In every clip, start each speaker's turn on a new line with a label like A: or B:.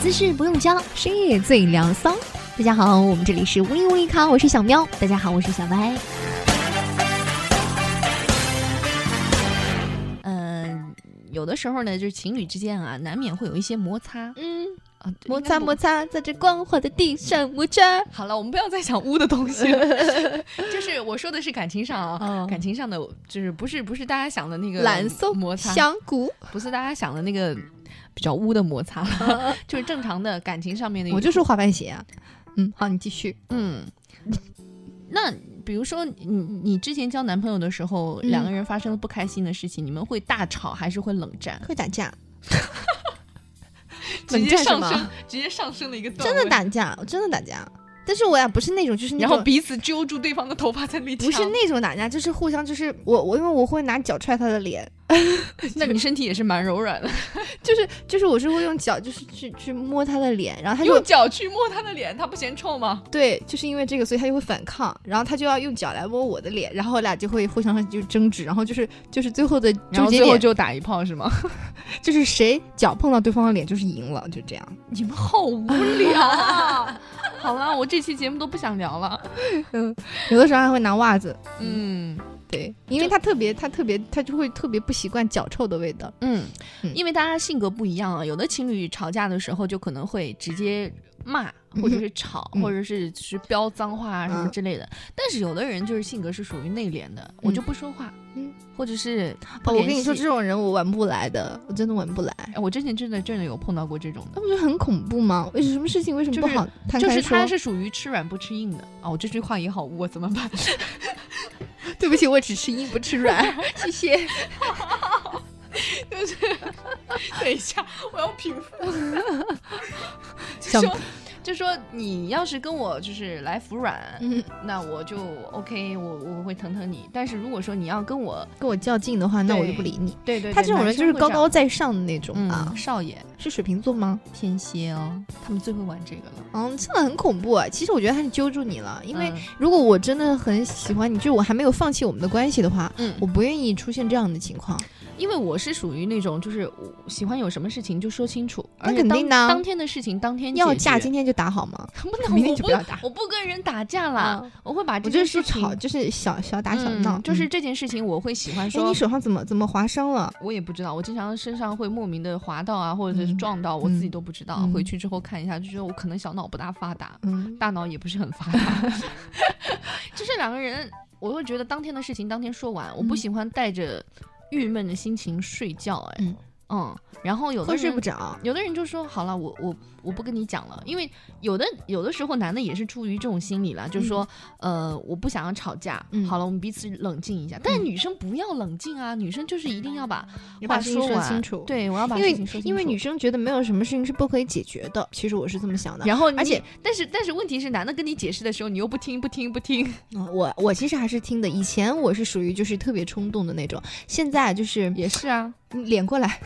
A: 姿势不用教，
B: 深夜最疗骚。大家好，我们这里是微微咖，我是小喵。大家好，我是小白。嗯，有的时候呢，就是情侣之间啊，难免会有一些摩擦
A: 嗯，
B: 啊，
A: 摩
B: 应该
A: 擦
B: 不
A: 摩。擦，在这光滑的地上摩擦。
B: 好了，我们不要再讲污的东西了。 就是我说的是感情上啊，
A: 哦
B: 感情上的就是不是不是大家想的那个
A: 懒松
B: 摩擦，
A: 响鼓，
B: 不是大家想的那个比较污的摩擦， 就是正常的感情上面的一
A: 我就说滑板鞋啊。嗯，好，你继续。
B: 嗯，那比如说你你之前交男朋友的时候，
A: 嗯
B: 两个人发生了不开心的事情，你们会大吵还是会冷战？
A: 会打架，
B: 直
A: 冷
B: 接
A: 战是
B: 上
A: 吗
B: 升？，直接上升的一个段
A: 真的打架，我真的打架。但是我也不是那种，就是
B: 位，
A: 那
B: 然后
A: 种。
B: 彼此揪住对方的头发在那里
A: 不是
B: 那
A: 那种打架，就是互相就是我我因为我会拿脚踹他的脸，
B: 那你身体也是蛮柔软的，
A: 就是就是我是会用脚就是去去摸他的脸， 然后他就
B: 用脚去摸他的脸，他不嫌臭吗？
A: 对，就是因为这个，所以他就会反抗，然后他就要用脚来摸我的脸，然后我俩就会互相就争执，然后就是就是最后的
B: 然
A: 纠
B: 后
A: 结
B: 最后
A: 点
B: 就打一炮是 吗？
A: 就是谁脚碰到对方的脸就是赢了，就这样。
B: 你们好无聊 啊！好了，我这期节目都不想聊了。
A: 有的时候还会拿袜子，
B: 嗯。
A: 对，因为他特别他特别他就会特别不习惯脚臭的味道。
B: 嗯
A: 嗯，
B: 因为大家性格不一样啊，有的情侣吵架的时候就可能会直接骂，或者是吵，
A: 嗯
B: 或者是是飙脏话啊什么
A: 嗯
B: 之类的。但是有的人就是性格是属于内敛的，我就不说话，
A: 嗯
B: 或者是不
A: 哦，
B: 联系、
A: 我跟你说，这种人我玩不来的，我真的玩不来。
B: 哎，我之前真的真的有碰到过这种的。
A: 那不是很恐怖吗？为什么事情为什么不好摊
B: 就
A: 开
B: 是
A: 说？
B: 他是属于吃软不吃硬的啊！我这句话也好污啊，怎么 办？
A: 对不起，我只吃硬不吃软， 谢谢。
B: 就是等一下，我要平 复。
A: 想
B: 就说就说你要是跟我就是来服软，
A: 嗯，
B: 那我就 OK，我我会疼疼你。但是如果说你要跟我，
A: 跟我较劲的话，那我就
B: 对
A: 不理你。
B: 对对
A: 他这种人就是高高在上的那
B: 男
A: 种
B: 生会这样
A: 啊
B: 嗯，，少爷
A: 是水瓶座吗？
B: 天蝎哦，他们最会玩这个了。
A: 嗯，真的很恐怖、啊。其实我觉得他是揪住你了，因为
B: 嗯
A: 如果我真的很喜欢你，就是我还没有放弃我们的关系的话，
B: 嗯
A: 我不愿意出现这样的情况。
B: 因为我是属于那种就是我喜欢有什么事情就说清楚，
A: 那
B: 而且
A: 肯定的啊
B: 当当天的事情当天
A: 要
B: 解决
A: 架今天就打好吗？
B: 不能，
A: 明天
B: 我
A: 就
B: 不
A: 不要打
B: 我不跟人打架啦，
A: 啊
B: 我会把这
A: 我就
B: 件
A: 是
B: 事
A: 说
B: 情
A: 吵，就是小小打小
B: 嗯
A: 闹，
B: 就是
A: 嗯。
B: 这件事情我会喜欢
A: 哎，
B: 说
A: 你。手上怎么怎么划伤了？
B: 我也不知道，我经常身上会莫名的划到啊，或者是
A: 嗯
B: 撞到，我自己都不知道。
A: 嗯
B: 回去之后看一下，就觉得我可能小脑不大发达。
A: 嗯，
B: 大脑也不是很发 达，就是两个人，我会觉得当天的事情当天说完，我不
A: 嗯
B: 喜欢带着郁闷的心情睡觉，哎，嗯
A: 嗯
B: 然后有的
A: 会睡
B: 人
A: 不着。
B: 有的人就说好了，我我我不跟你讲了，因为有的有的时候男的也是出于这种心理啦，就是说，呃，我不想要吵架，
A: 嗯
B: 好了，我们彼此冷静一下。但是女生不要冷静啊，女生就是一定要把
A: 要
B: 话
A: 把事情说
B: 完
A: 清楚
B: 对，我要把
A: 因
B: 事
A: 为
B: 情说清楚，
A: 因为女生觉得没有什么事情是不可以解决的，其实我是这么想的。
B: 然后
A: 而
B: 你
A: 且，
B: 但是但是问题是，男的跟你解释的时候，你又不听不听不听，
A: 嗯我我其实还是听的，以前我是属于就是特别冲动的那种，现在就是
B: 也是啊，
A: 你脸过来，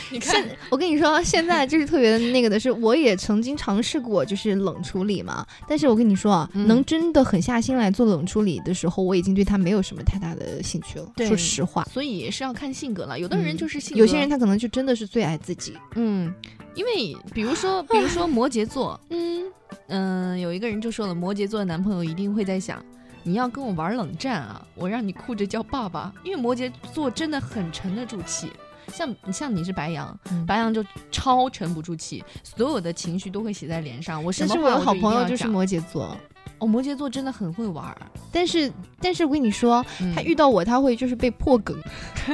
B: 你看
A: 现我跟你说，现在就是特别的那个的是，我也曾经尝试过就是冷处理嘛，但是我跟你说啊，
B: 嗯
A: 能真的狠下心来做冷处理的时候，我已经对他没有什么太大的兴趣了。
B: 对
A: 说实话，
B: 所以也是要看性格了。嗯有的人就是性格，
A: 有些人他可能就真的是最爱自己。
B: 嗯，因为比如说，比如说摩羯座，
A: 嗯，
B: 嗯、有一个人就说了，摩羯座的男朋友一定会在想，你要跟我玩冷战啊，我让你哭着叫爸爸，因为摩羯座真的很沉得住气。像像你是白羊，
A: 嗯
B: 白羊就超沉不住气，所有的情绪都会写在脸上。我什
A: 但
B: 么话
A: 是我有
B: 都
A: 好
B: 一定
A: 朋友
B: 要
A: 就是
B: 讲
A: 摩羯座，
B: 哦，摩羯座真的很会玩儿，
A: 但是但是我跟你说，
B: 嗯
A: 他遇到我他会就是被破梗，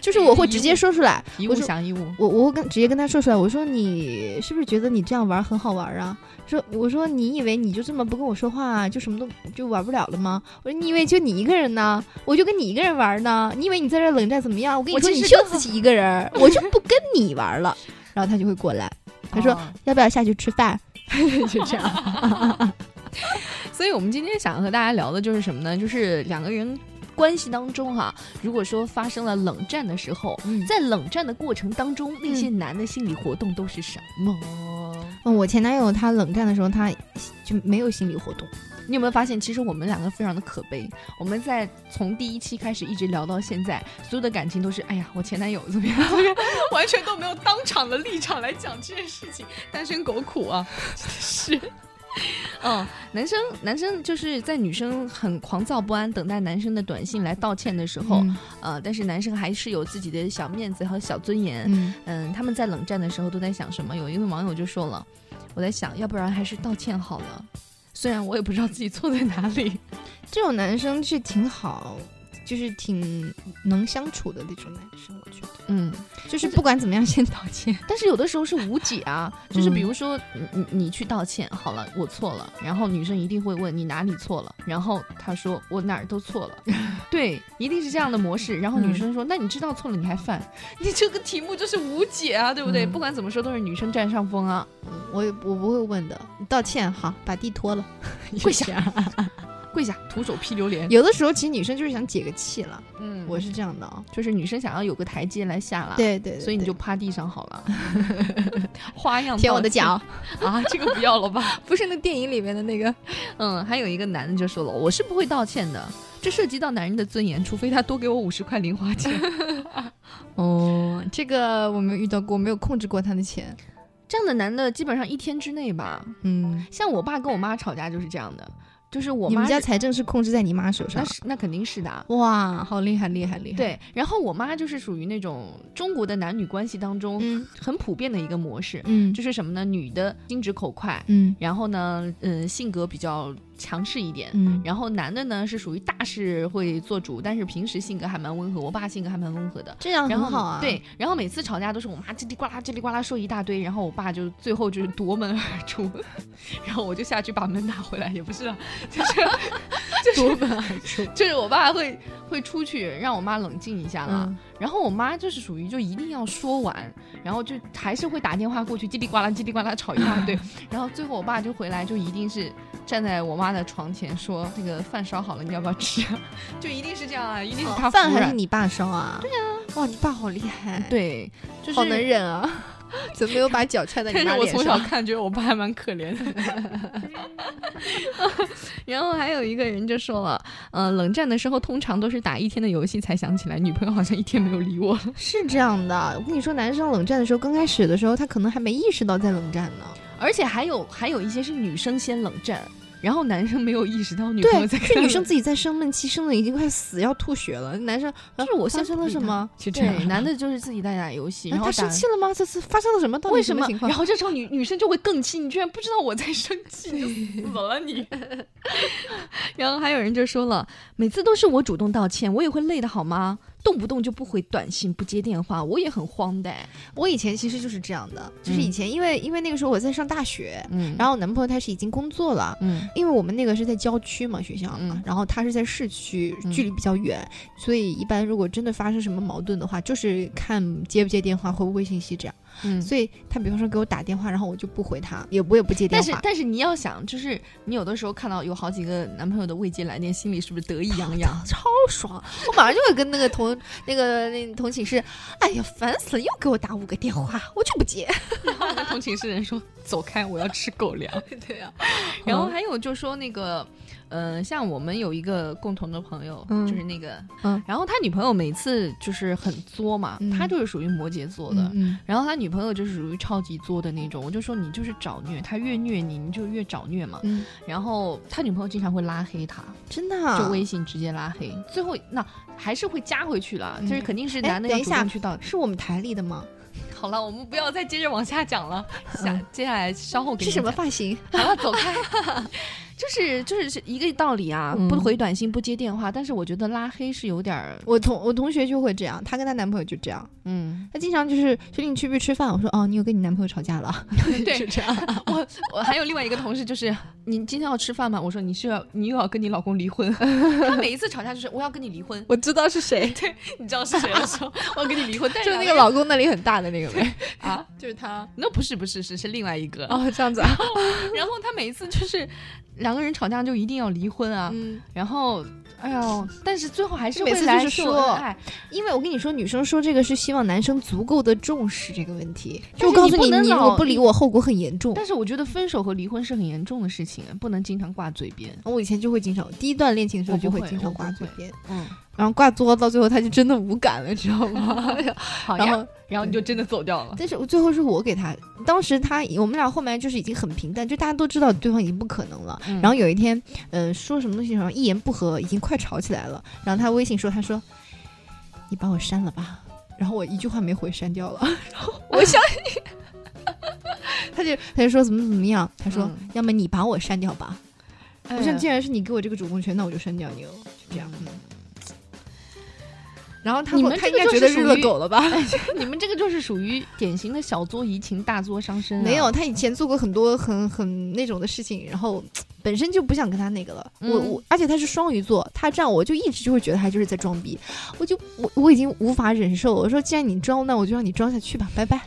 A: 就是我会直接说出来，
B: 一物
A: 我说
B: 降一物，
A: 我我会跟直接跟他说出来，我说你是不是觉得你这样玩很好玩啊？说我说你以为你就这么不跟我说话、就什么都就玩不了了吗？我说你以为就你一个人呢？我就跟你一个人玩呢？你以为你在这冷战怎么样？我跟你
B: 我
A: 说，
B: 其
A: 你
B: 实
A: 就
B: 就
A: 自己一个人儿，我就不跟你玩了。然后他就会过来，他说
B: 哦
A: 要不要下去吃饭？就这样。
B: 所以我们今天想和大家聊的就是什么呢？就是两个人关系当中哈、如果说发生了冷战的时候，
A: 嗯
B: 在冷战的过程当中，那些男的心理活动都是什么？
A: 嗯，我前男友他冷战的时候，他就没有心理活动，
B: 你有没有发现，其实我们两个非常的可悲？我们在从第一期开始一直聊到现在，所有的感情都是，哎呀，我前男友怎么样怎么样， 完全都没有当场的立场来讲这件事情，单身狗苦啊，真是。嗯，男生男生就是在女生很狂躁不安等待男生的短信来道歉的时候，
A: 嗯
B: 呃，但是男生还是有自己的小面子和小尊严。
A: 嗯，
B: 嗯，他们在冷战的时候都在想什么？有一个网友就说了，我在想，要不然还是道歉好了。虽然我也不知道自己错在哪 里，
A: 这种男生是挺好，就是挺能相处的那种男生，我觉得。
B: 嗯，
A: 就是不管怎么样先道歉。
B: 但是有的时候是无解啊，就是
A: 嗯
B: 比如说你你你去道歉好了，我错了，然后女生一定会问你哪里错了，然后他说我哪儿都错 了，对，一定是这样的模式。然后女
A: 嗯
B: 生说、那你知道错了你还犯，你这个题目就是无解啊，对不对？
A: 嗯
B: 不管怎么说都是女生占上风啊，
A: 我也我不会问的，道歉哈，把地拖了，
B: 跪下。跪下，徒手劈榴莲。
A: 有的时候其实女生就是想解个气了，
B: 嗯
A: 我是这样的啊、
B: 就是女生想要有个台阶来下了，，
A: 对对对
B: 所以你就趴地上好 了，花样
A: 舔我
B: 道
A: 的
B: 歉
A: 脚，
B: 啊，这 个不要了吧？
A: 不是那电影里面的那个。
B: 嗯，还有一个男的就说了，我是不会道歉的，这涉及到男人的尊严，除非他多给我五十块零花钱。
A: 哦，这个我没有遇到过，没有控制过他的钱。
B: 这样的男的基本上一天之内吧，
A: 嗯，
B: 像我爸跟我妈吵架就是这样的，就是我
A: 你
B: 妈
A: 们家
B: 是
A: 财政是控制在你妈手上
B: 那。是那肯定是的啊。
A: 哇，好厉害，厉害，厉害。，
B: 对，然后我妈就是属于那种中国的男女关系当中
A: 嗯
B: 很普遍的一个模式，
A: 嗯
B: 就是什么呢？女的心直口快，
A: 嗯
B: 然后呢，嗯，性格比较强势一点。
A: 嗯，
B: 然后男的呢是属于大事会做主，但是平时性格还蛮温和。我爸性格还蛮温和的。
A: 这样
B: 然
A: 很
B: 后
A: 好啊。
B: 对，然后每次吵架都是我妈叽里呱啦叽里呱啦说一大堆，然后我爸就最后就是夺门而出， 然后我就下去把门拿回来，也不是啊，就是
A: 多啊本而出。
B: 就是我爸会会出去让我妈冷静一下了。
A: 嗯
B: 然后我妈就是属于就一定要说完，然后就还是会打电话过去叽里呱啦叽里呱啦吵一大 堆，然后最后我爸就回来就一定是站在我妈的床前说那个饭烧好了你要不要吃 啊？就一定是这样啊，一定是他
A: 饭
B: 服
A: 还
B: 软
A: 是你爸烧啊？对啊。哇，你爸好厉害，，
B: 对，就是
A: 好能忍啊。 怎么没有把脚踹在
B: 但
A: 你
B: 是
A: 妈
B: 我
A: 脸
B: 从小
A: 上？
B: 看觉得我爸还蛮可怜的。 然后还有一个人就说了，嗯、冷战的时候通常都是打一天的游戏才想起来女朋友好像一天没有理我了。
A: 是这样的，我跟你说，男生冷战的时候，刚开始的时候，他可能还没意识到在冷战 呢。
B: 而且还有还有一些是女生先冷战，然后男生没有意识到女朋友
A: 对，
B: 在
A: 是
B: 跟
A: 女生自己在生闷气，生的已经快死要吐血了。男生啊
B: 就是我
A: 发
B: 先
A: 生
B: 不
A: 了
B: 理
A: 什
B: 他
A: 么？
B: 就
A: 这样
B: 对，男的就是自己在打游戏，
A: 然
B: 然后
A: 他生
B: 打
A: 气了吗？这次发生了什么？到底
B: 为
A: 什
B: 什么
A: 情？况？
B: 然后这时候女女生就会更气，你居然不知道我在生气，你就死了你。 然后还有人就说了，每次都是我主动道歉，我也会累的好吗？动不动就不回短信，不接电话，我也很慌的。
A: 我以前其实就是这样的，就
B: 嗯
A: 是以前因为因为那个时候我在上大学，
B: 嗯
A: 然
B: 后
A: 后我男朋友他是已经工作了。
B: 嗯
A: 因为我们那个是在郊区嘛，学校嘛，
B: 嗯
A: 然后他是在市区，
B: 嗯
A: 距离比较远，所以一般如果真的发生什么矛盾的话，就是看接不接电话，回不回信息这样。
B: 嗯。
A: 所以他比方说给我打电话，然后我就不回他，也我也不接电
B: 但是
A: 话。
B: 但是你要想，就是你有的时候看到有好几个男朋友的未接来电，心里是不是得意洋洋？
A: 超爽！我马上就会跟那个同那个那同寝室，哎呀，烦死了，又给我打五个电话，我就不接。
B: 然后同寝室人说：“走开，我要吃狗 粮。”嗯
A: 对呀、
B: 啊然后还有就说那个，呃，像我们有一个共同的朋友，
A: 嗯
B: 就是那个，
A: 嗯
B: 然后他女朋友每次就是很作嘛，
A: 嗯
B: 他就是属于摩羯座的。
A: 嗯嗯
B: 然后他女朋友就是属于超级作的那种，我就说你就是找虐，他越虐你，你就越找虐嘛。
A: 嗯，
B: 然后他女朋友经常会拉黑他，
A: 真的、啊，
B: 就微信直接拉黑，最后那还是会加回去了，
A: 嗯
B: 就是肯定是
A: 哎
B: 男的
A: 等
B: 要
A: 一
B: 主
A: 下
B: 动去道。
A: 是我们台里的吗？
B: 好了，我们不要再接着往下讲了，下
A: 嗯
B: 接下来稍后给
A: 是
B: 你
A: 什
B: 们
A: 么发型？
B: 好了，走开。 就是就是是一个道理啊，
A: 嗯
B: 不回短信，不接电话。但是我觉得拉黑是有点儿，
A: 我同我同学就会这样，她跟她男朋友就这样，
B: 嗯，
A: 她经常就是说你去不去吃饭？我说哦，你有跟你男朋友吵架了？
B: 对
A: 是这样。
B: 我我还有另外一个同事，就是你今天要吃饭吗？我说你是要你又要跟你老公离婚， 他每一次吵架就是我要跟你离 婚，
A: 我知道是谁，
B: 你知道是谁了说 我要跟你离婚，但
A: 就是是那
B: 两
A: 个
B: 人
A: 老公那里很大的那个 呗。
B: 啊，
A: 就是他。
B: 那不是不是是是另外一个，
A: 哦，这样子啊。
B: 然后他每一次就是两两个人吵架就一定要离婚啊？
A: 嗯，
B: 然后，哎呦，但是最后还是
A: 每
B: 会
A: 次就
B: 来哎
A: 是
B: 秀
A: 说
B: 恩爱。
A: 因为我跟你说，女生说这个是希望男生足够的重视这个问题，
B: 但
A: 就是我告
B: 你
A: 诉
B: 不
A: 你，
B: 能
A: 你如
B: 老
A: 果不理我，后果很严重。
B: 但是我觉得分手和离婚是很严重的事情，啊不能经常挂嘴边。
A: 我以前就会经常，第一段恋情的时候
B: 我不
A: 就会
B: 会
A: 经
B: 我
A: 常
B: 不
A: 挂
B: 会
A: 嘴边，
B: 嗯，
A: 然后挂多到最后他就真的无感了，知道吗？
B: 好
A: 然
B: 呀，
A: 后，
B: 然后你就真的走掉了。
A: 但是我最后是我给他，当时他我们俩后面就是已经很平淡，就大家都知道对方已经不可能了。
B: 嗯
A: 然后有一天，嗯、说什么东西，然后一言不合已经快吵起来了。然后他微信说，他说：“你把我删了吧。”然后我一句话没回，删掉了。 然后我想你，他就他就说怎么怎么样，他说、
B: 嗯
A: 要么你把我删掉吧。
B: 哎
A: 我想既然是你给我这个主动权，那我就删掉你了，就这样。
B: 嗯
A: 然后他
B: 你
A: 会
B: 们这
A: 他应
B: 个
A: 该
B: 就
A: 觉
B: 是
A: 得
B: 属
A: 日了
B: 于
A: 狗了吧？
B: 你们这个就是属于典型的小作怡情，大作伤身、啊
A: 没有，，他以前做过很多很很那种的事情，然后本身就不想跟他那个了。我
B: 嗯
A: 我，而且他是双鱼座，他这样我就一直就会觉得他就是在装逼，我就我我已经无法忍受了。我说既然你装，那我就让你装下去吧，拜拜。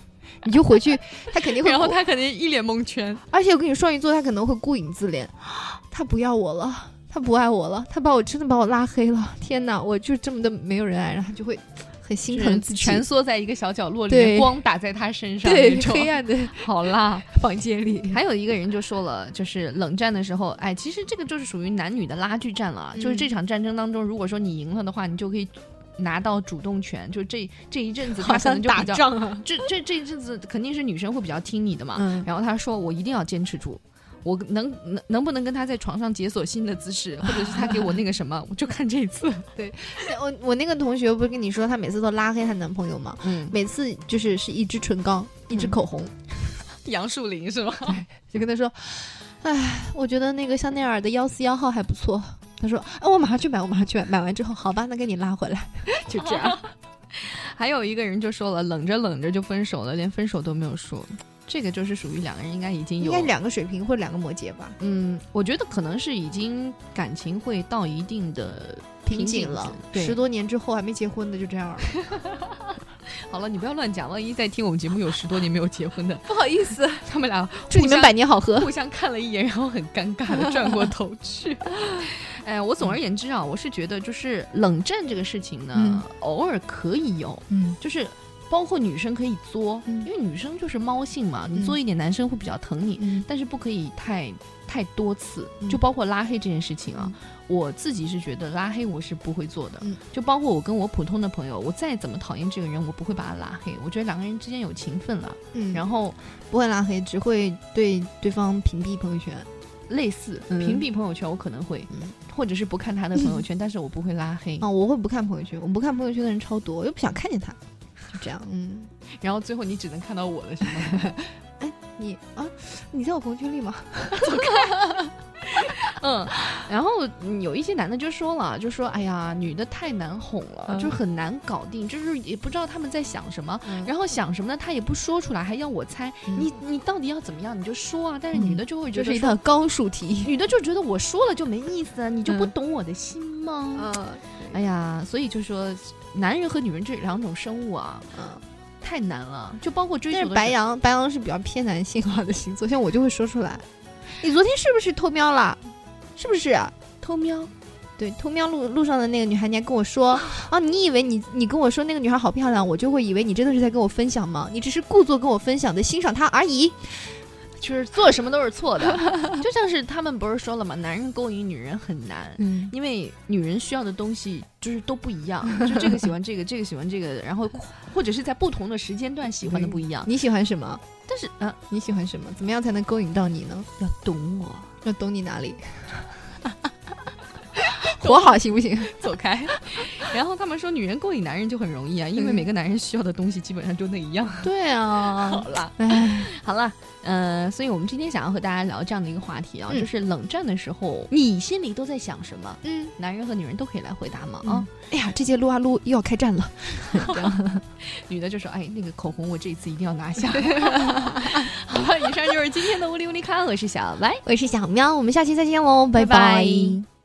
A: 你就回去，他肯定会。
B: 然后，他肯定一脸蒙圈。
A: 而且我跟你说双鱼座，他可能会顾影自怜， 他不要我了，他不爱我了，他把我真的把我拉黑了。天哪，我就这么的没有人爱，然后他就会 很心疼自己。
B: 蜷缩在一个小角落里
A: 对
B: 面，光打在他身上 那
A: 对
B: 种，
A: 黑暗的
B: 好啦。
A: 房间里，
B: 还有一个人就说了，就是冷战的时候，哎，其实这个就是属于男女的拉锯战了啊。
A: 嗯
B: 就是这场战争当中，如果说你赢了的话，你就可以拿到主动权。就这这一阵子，他可能就比较，
A: 仗啊。
B: 这这这一阵子肯定是女生会比较听你的嘛。
A: 嗯，
B: 然后他说：“我一定要坚持住，我能能能不能跟他在床上解锁新的姿势，或者是他给我那个什么，我就看这一 次。
A: 我我那个同学不是跟你说，她每次都拉黑她男朋友吗？”
B: 嗯，
A: 每次就是是一支唇膏，一支口红，
B: 杨树林是吧？
A: 就跟她说：“哎，我觉得那个香奈儿的幺四幺号还不错。”她说：“哎，我马上去买，我马上去买。买完之后，好吧，那给你拉回来。” 就这样，
B: 还有一个人就说了，冷着冷着就分手了，连分手都没有说，这个就是属于两个人应该已经
A: 应
B: 有
A: 该两个水瓶或者两个摩羯吧，
B: 嗯，我觉得可能是已经感情会到一定的瓶
A: 颈
B: 颈
A: 了。
B: 对
A: 十多年之后还没结婚的就这样了，
B: 好了，你不要乱讲，万一在听我们节目有十多年没有结 婚的，
A: 不好意思，
B: 他们俩
A: 祝你
B: 互
A: 们
B: 相
A: 百年好合。
B: 互相看了一眼，然后很尴尬的转过头 去。哎，我总而言之啊，我是觉得就是冷战这个事情呢，
A: 嗯
B: 偶尔可以有，
A: 嗯，
B: 就是。包括女生可以作，因
A: 嗯
B: 为女生就是猫性嘛，
A: 嗯
B: 你作一点，男生会比较疼你，但是不可以太太多次，
A: 嗯
B: 就包括拉黑这件事情啊，
A: 嗯
B: 我自己是觉得拉黑我是不会做的，
A: 嗯
B: 就包括我跟我普通的朋友，我再怎么讨厌这个人，我不会把他拉黑，我觉得两个人之间有情分了，
A: 嗯，然
B: 然
A: 后
B: 后
A: 不会拉黑，只会对对方屏蔽朋友圈。
B: 类似
A: 嗯
B: 屏蔽朋友圈，我可能会，
A: 嗯
B: 或者是不看他的朋友 圈，但是我不会拉黑。
A: 啊，我会不看朋友圈，我不看朋友圈的人超多，我又不想看见他，就这样。嗯，
B: 然后最后你只能看到我的是 吗？
A: 你啊，你在我朋友圈里吗？
B: 嗯，然后嗯有一些男的就说了，就说哎呀，女的太难哄了，
A: 嗯
B: 就是很难搞定，就是也不知道他们在想什么。
A: 然后
B: 然后想什么呢？他也不说出来，还要我猜。
A: 你
B: 你你到底要怎么样？你就说啊！但是女的就会觉
A: 嗯就
B: 得
A: 是一
B: 说，
A: 道高数题。
B: 女的就觉得我说了就没意思，啊你就不
A: 嗯
B: 懂我的心吗？
A: 嗯
B: 哎呀，所以就说，男人和女人这两种生物啊，
A: 嗯，
B: 太难了。就包括追
A: 但
B: 求
A: 是
B: 的
A: 白
B: 时
A: 羊，白羊是比较偏男性化的星座，像我就会说出来。你昨天是不是偷瞄了？是不是？啊
B: 偷瞄，
A: 对，偷瞄路路上的那个女孩，你还跟我说啊？你以为你你跟我说那个女孩好漂亮，我就会以为你真的是在跟我分享吗？你只是故作跟我分享的欣赏她而已。
B: 就是做什么都是错的。 就像是他们不是说了吗？男人勾引女人很难。
A: 嗯，
B: 因为女人需要的东西就是都不一样，就这个喜欢这个，这个喜欢这个，然后或者是在不同的时间段喜欢的不一样。
A: 你喜欢什么？
B: 但是啊，
A: 你喜欢什么？怎么样才能勾引到你呢？
B: 要懂我，
A: 要懂你哪里？ 活好行不行？
B: 走开。然后他们说女人勾引男人就很容易啊，因为
A: 嗯
B: 每个男人需要的东西基本上就那 一样。
A: 对啊，
B: 啦，
A: 哎，
B: 好了，呃，所以我们今天想要和大家聊这样的一个话题啊，
A: 嗯
B: 就是冷战的时候你心里都在想什么？
A: 嗯
B: 男人和女人都可以来回答嘛啊、
A: 啊， 哎呀，这届撸啊撸又要开战了，
B: 这样女的就说：“哎，那个口红我这一次一定要拿 下。”好了，以上就是今天的无理无理咖，我是小白。
A: 我是小喵，我们下期再见喽，拜
B: 拜拜
A: 拜